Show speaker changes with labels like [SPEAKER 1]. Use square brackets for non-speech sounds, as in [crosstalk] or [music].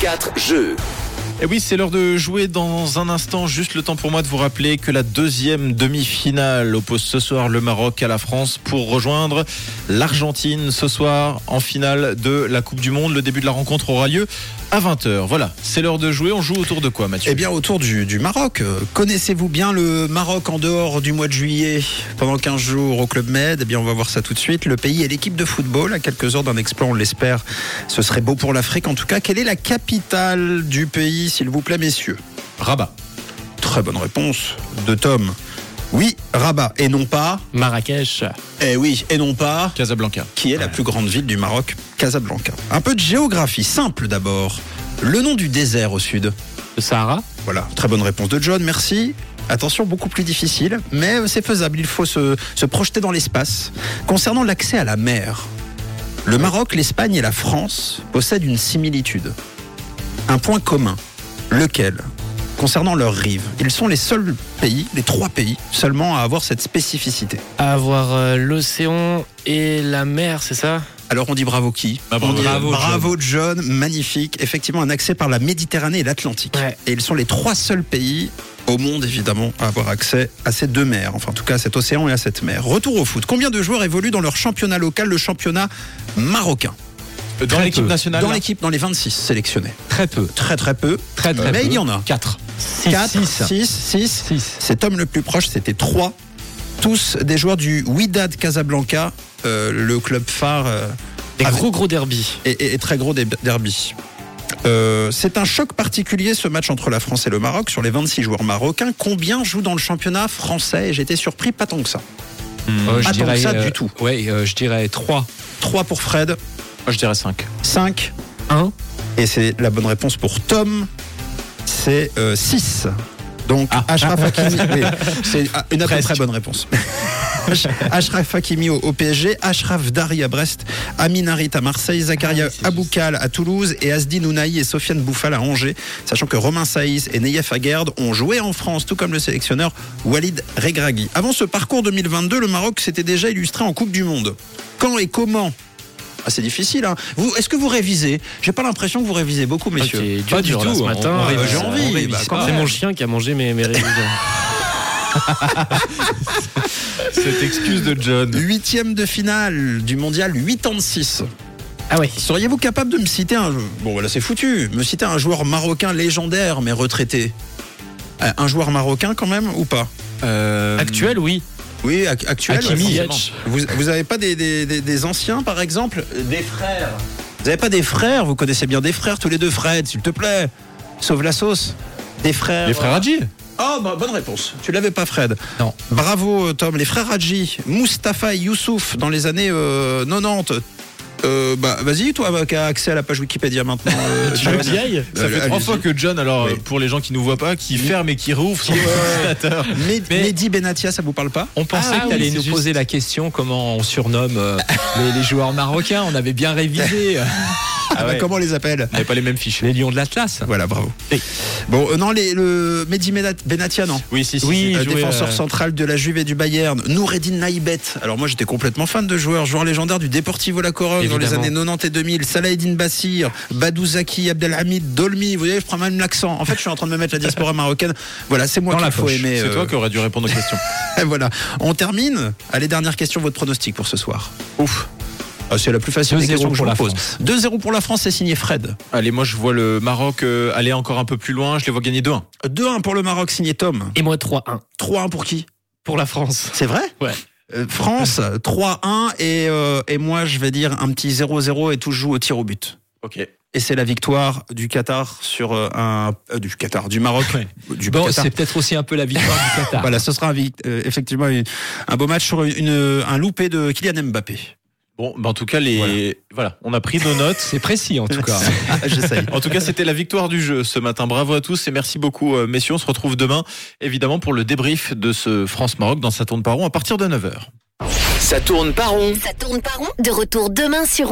[SPEAKER 1] 4 jeux.
[SPEAKER 2] Et Eh oui, c'est l'heure de jouer dans un instant. Juste le temps pour moi de vous rappeler que la deuxième demi-finale oppose ce soir le Maroc à la France pour rejoindre l'Argentine ce soir en finale de la Coupe du Monde. Le début de la rencontre aura lieu à 20h. Voilà, c'est l'heure de jouer. On joue autour de quoi, Mathieu
[SPEAKER 3] Eh bien, autour du, du Maroc. Euh, Connaissez-vous bien le Maroc en dehors du mois de juillet Pendant 15 jours au Club Med, eh bien, on va voir ça tout de suite. Le pays et l'équipe de football, à quelques heures d'un exploit, on l'espère. Ce serait beau pour l'Afrique. En tout cas, quelle est la capitale du pays, s'il vous plaît, messieurs
[SPEAKER 2] Rabat.
[SPEAKER 3] Très bonne réponse de Tom. Oui, Rabat. Et non pas.
[SPEAKER 4] Marrakech.
[SPEAKER 3] Eh oui, et non pas.
[SPEAKER 2] Casablanca.
[SPEAKER 3] qui est la plus grande ville du Maroc, Casablanca. Un peu de géographie simple d'abord. Le nom du désert au sud.
[SPEAKER 4] Le Sahara.
[SPEAKER 3] Voilà, très bonne réponse de John, merci. Attention, beaucoup plus difficile, mais c'est faisable, il faut se, se projeter dans l'espace. Concernant l'accès à la mer, le Maroc, l'Espagne et la France possèdent une similitude. Un point commun, lequel Concernant leurs rives, ils sont les seuls pays, les trois pays seulement à avoir cette spécificité.
[SPEAKER 4] À avoir euh, l'océan et la mer, c'est ça
[SPEAKER 3] Alors on dit bravo qui
[SPEAKER 2] Bah, bravo.
[SPEAKER 3] On dit
[SPEAKER 2] Bravo,
[SPEAKER 3] bravo John, magnifique. Effectivement, un accès par la Méditerranée et l'Atlantique.
[SPEAKER 4] Ouais.
[SPEAKER 3] Et ils sont les trois seuls pays au monde, évidemment, à avoir accès à ces deux mers. Enfin, en tout cas, à cet océan et à cette mer. Retour au foot. Combien de joueurs évoluent dans leur championnat local, le championnat marocain
[SPEAKER 2] Dans l'équipe nationale.
[SPEAKER 3] Dans
[SPEAKER 2] là
[SPEAKER 3] l'équipe, dans les 26 sélectionnés.
[SPEAKER 5] Très peu.
[SPEAKER 3] Très, très peu.
[SPEAKER 5] Très très
[SPEAKER 3] Mais
[SPEAKER 5] peu.
[SPEAKER 3] il y en a.
[SPEAKER 5] 4.
[SPEAKER 3] 4, 6, 6.
[SPEAKER 5] 6.
[SPEAKER 3] Cet homme le plus proche, c'était 3. Tous des joueurs du Wydad Casablanca, euh, le club phare. euh,
[SPEAKER 4] Des
[SPEAKER 3] avec-
[SPEAKER 4] gros gros derby.
[SPEAKER 3] et, et- et très gros dé- derby. Euh, c'est un choc particulier ce match entre la France et le Maroc. Sur les 26 joueurs marocains, combien jouent dans le championnat français Et j'étais surpris, pas tant que ça.
[SPEAKER 5] Euh,
[SPEAKER 4] Ah,
[SPEAKER 3] Pas
[SPEAKER 5] je
[SPEAKER 3] tant que
[SPEAKER 5] dirais,
[SPEAKER 3] ça
[SPEAKER 5] euh,
[SPEAKER 3] du tout.
[SPEAKER 5] Ouais, euh, je dirais 3.
[SPEAKER 3] 3 pour Fred,
[SPEAKER 2] Moi, Ah, je dirais 5.
[SPEAKER 3] 5.
[SPEAKER 4] Un.
[SPEAKER 5] Ah,
[SPEAKER 3] Et c'est la bonne réponse pour Tom. C'est 6. Donc
[SPEAKER 4] Ah.
[SPEAKER 3] Ashraf
[SPEAKER 4] [laughs]
[SPEAKER 3] Hakimi, oui, c'est ah, une à peu près bonne réponse. Ashraf Hakimi au, au PSG, Ashraf Dari à Brest, Amin Harit à Marseille,
[SPEAKER 4] Ah
[SPEAKER 3] Zakaria Aboukal à Toulouse et Asdi Nounaï et Sofiane Bouffal à Angers. Sachant que Romain Saïs et Neyef Aguerd ont joué en France, tout comme le sélectionneur Walid Regragui. Avant ce parcours 2022, le Maroc s'était déjà illustré en Coupe du Monde. Quand et comment ah, c'est difficile. Hein. Vous, est-ce que vous révisez J'ai pas l'impression que vous révisez beaucoup, messieurs.
[SPEAKER 4] Ok, dur,
[SPEAKER 5] Pas du
[SPEAKER 4] Ah, dur, là,
[SPEAKER 5] tout,
[SPEAKER 4] ce
[SPEAKER 5] on-
[SPEAKER 4] matin.
[SPEAKER 5] on
[SPEAKER 3] révise,
[SPEAKER 4] Euh,
[SPEAKER 3] on révise, bah,
[SPEAKER 4] c'est
[SPEAKER 3] quand même.
[SPEAKER 4] mon chien qui a mangé mes, mes
[SPEAKER 5] [laughs]
[SPEAKER 4] révisions.
[SPEAKER 2] Cette excuse de John.
[SPEAKER 3] Huitième de finale du mondial 86.
[SPEAKER 4] ah ouais.
[SPEAKER 3] Seriez-vous capable de me citer un bon voilà c'est foutu, me citer un joueur marocain légendaire mais retraité Euh, Un joueur marocain quand même ou pas
[SPEAKER 5] Euh,
[SPEAKER 4] Actuel, oui.
[SPEAKER 3] Oui, ac- actuel.
[SPEAKER 2] Hakimi.
[SPEAKER 3] forcément. Vous, vous avez pas des, des- des- des anciens par exemple Euh, Des frères. Vous avez pas des frères Vous connaissez bien des frères tous les deux Fred, s'il te plaît. Sauve la sauce. Des frères.
[SPEAKER 2] Les frères Hadji
[SPEAKER 3] Ah, bah, bonne réponse. Tu l'avais pas, Fred.
[SPEAKER 5] Non.
[SPEAKER 3] Bravo, Tom. Les frères Hadji, Mustapha et Youssouf, dans les années euh, 90. Euh, bah, vas-y, toi, bah, qui as accès à la page Wikipédia maintenant.
[SPEAKER 2] [laughs]
[SPEAKER 3] euh,
[SPEAKER 4] Tu veux que
[SPEAKER 3] John.
[SPEAKER 4] j'y aille
[SPEAKER 2] Ça
[SPEAKER 3] Euh,
[SPEAKER 2] fait trois
[SPEAKER 3] allez-y.
[SPEAKER 2] fois que John, alors
[SPEAKER 3] Oui.
[SPEAKER 2] pour les gens qui nous voient pas, qui ferme et qui rouvre son ordinateur.
[SPEAKER 3] Med-
[SPEAKER 2] Mais-
[SPEAKER 3] Mehdi Benatia, ça vous parle pas
[SPEAKER 5] On pensait
[SPEAKER 4] Ah
[SPEAKER 5] que t'allais
[SPEAKER 4] oui, c'est
[SPEAKER 5] nous
[SPEAKER 4] juste-
[SPEAKER 5] poser la question comment on surnomme
[SPEAKER 4] [laughs]
[SPEAKER 5] euh, les, les joueurs marocains. On avait bien révisé euh,
[SPEAKER 3] Ah, bah,
[SPEAKER 2] ouais.
[SPEAKER 3] Comment on les appelle
[SPEAKER 2] On n'avait pas les mêmes fiches.
[SPEAKER 5] les lions de l'Atlas.
[SPEAKER 3] Voilà, bravo.
[SPEAKER 2] Oui.
[SPEAKER 3] Bon, euh, non, les, le Mehdi Mena- Benatia, non.
[SPEAKER 2] Oui, si, si.
[SPEAKER 4] Oui,
[SPEAKER 2] si.
[SPEAKER 3] Euh,
[SPEAKER 4] jouait,
[SPEAKER 3] défenseur
[SPEAKER 4] euh,
[SPEAKER 3] central de la Juve et du Bayern, Noureddin Naïbet. Alors moi j'étais complètement fan de joueur, joueur légendaire du Deportivo La Corogne dans les
[SPEAKER 4] Évidemment.
[SPEAKER 3] années 90 et 2000, Salahedin Bassir, Badou Zaki, Abdelhamid Dolmi, vous voyez, je prends même l'accent. En fait, je suis en train de me mettre la diaspora marocaine. Voilà, c'est moi
[SPEAKER 5] Dans
[SPEAKER 3] qu'il
[SPEAKER 5] la
[SPEAKER 3] faut
[SPEAKER 5] poche.
[SPEAKER 3] aimer.
[SPEAKER 2] C'est
[SPEAKER 3] euh,
[SPEAKER 2] toi qui aurais dû répondre aux questions.
[SPEAKER 3] [laughs] voilà. On termine. Allez, dernière question, votre pronostic pour ce soir. Ouf. Ah, c'est la plus facile des
[SPEAKER 5] 2-0
[SPEAKER 3] questions que je
[SPEAKER 5] pour
[SPEAKER 3] vous pose.
[SPEAKER 5] la France.
[SPEAKER 3] 2-0 pour la France, c'est signé Fred.
[SPEAKER 2] Allez, moi je vois le Maroc euh, aller encore un peu plus loin, je les vois gagner 2-1.
[SPEAKER 3] 2-1 pour le Maroc, signé Tom.
[SPEAKER 4] Et moi 3-1
[SPEAKER 3] 3-1 pour qui
[SPEAKER 4] pour la France.
[SPEAKER 3] C'est vrai
[SPEAKER 4] Ouais.
[SPEAKER 3] Euh, France 3-1 et, euh, et moi je vais dire un petit 0-0 et tout se joue au tir au but.
[SPEAKER 2] Ok.
[SPEAKER 3] Et c'est la victoire du Qatar sur euh, un euh, du Qatar du Maroc du
[SPEAKER 5] Bon,
[SPEAKER 3] Qatar.
[SPEAKER 5] c'est peut-être aussi un peu la victoire
[SPEAKER 4] [laughs]
[SPEAKER 5] du Qatar.
[SPEAKER 3] Voilà, ce sera un vic- euh, effectivement une- un beau match sur une, une- un loupé de Kylian Mbappé.
[SPEAKER 2] Bon, bah en tout cas, les... voilà. on a pris nos notes.
[SPEAKER 5] C'est précis en tout cas.
[SPEAKER 2] [laughs]
[SPEAKER 3] Ah, J'essaye.
[SPEAKER 2] En tout cas, c'était la victoire du jeu ce matin. Bravo à tous et merci beaucoup, euh, messieurs. On se retrouve demain, évidemment, pour le débrief de ce France-Maroc dans sa tourne par rond à partir de 9h.
[SPEAKER 1] Ça tourne pas rond.
[SPEAKER 6] Ça tourne pas rond. De retour demain sur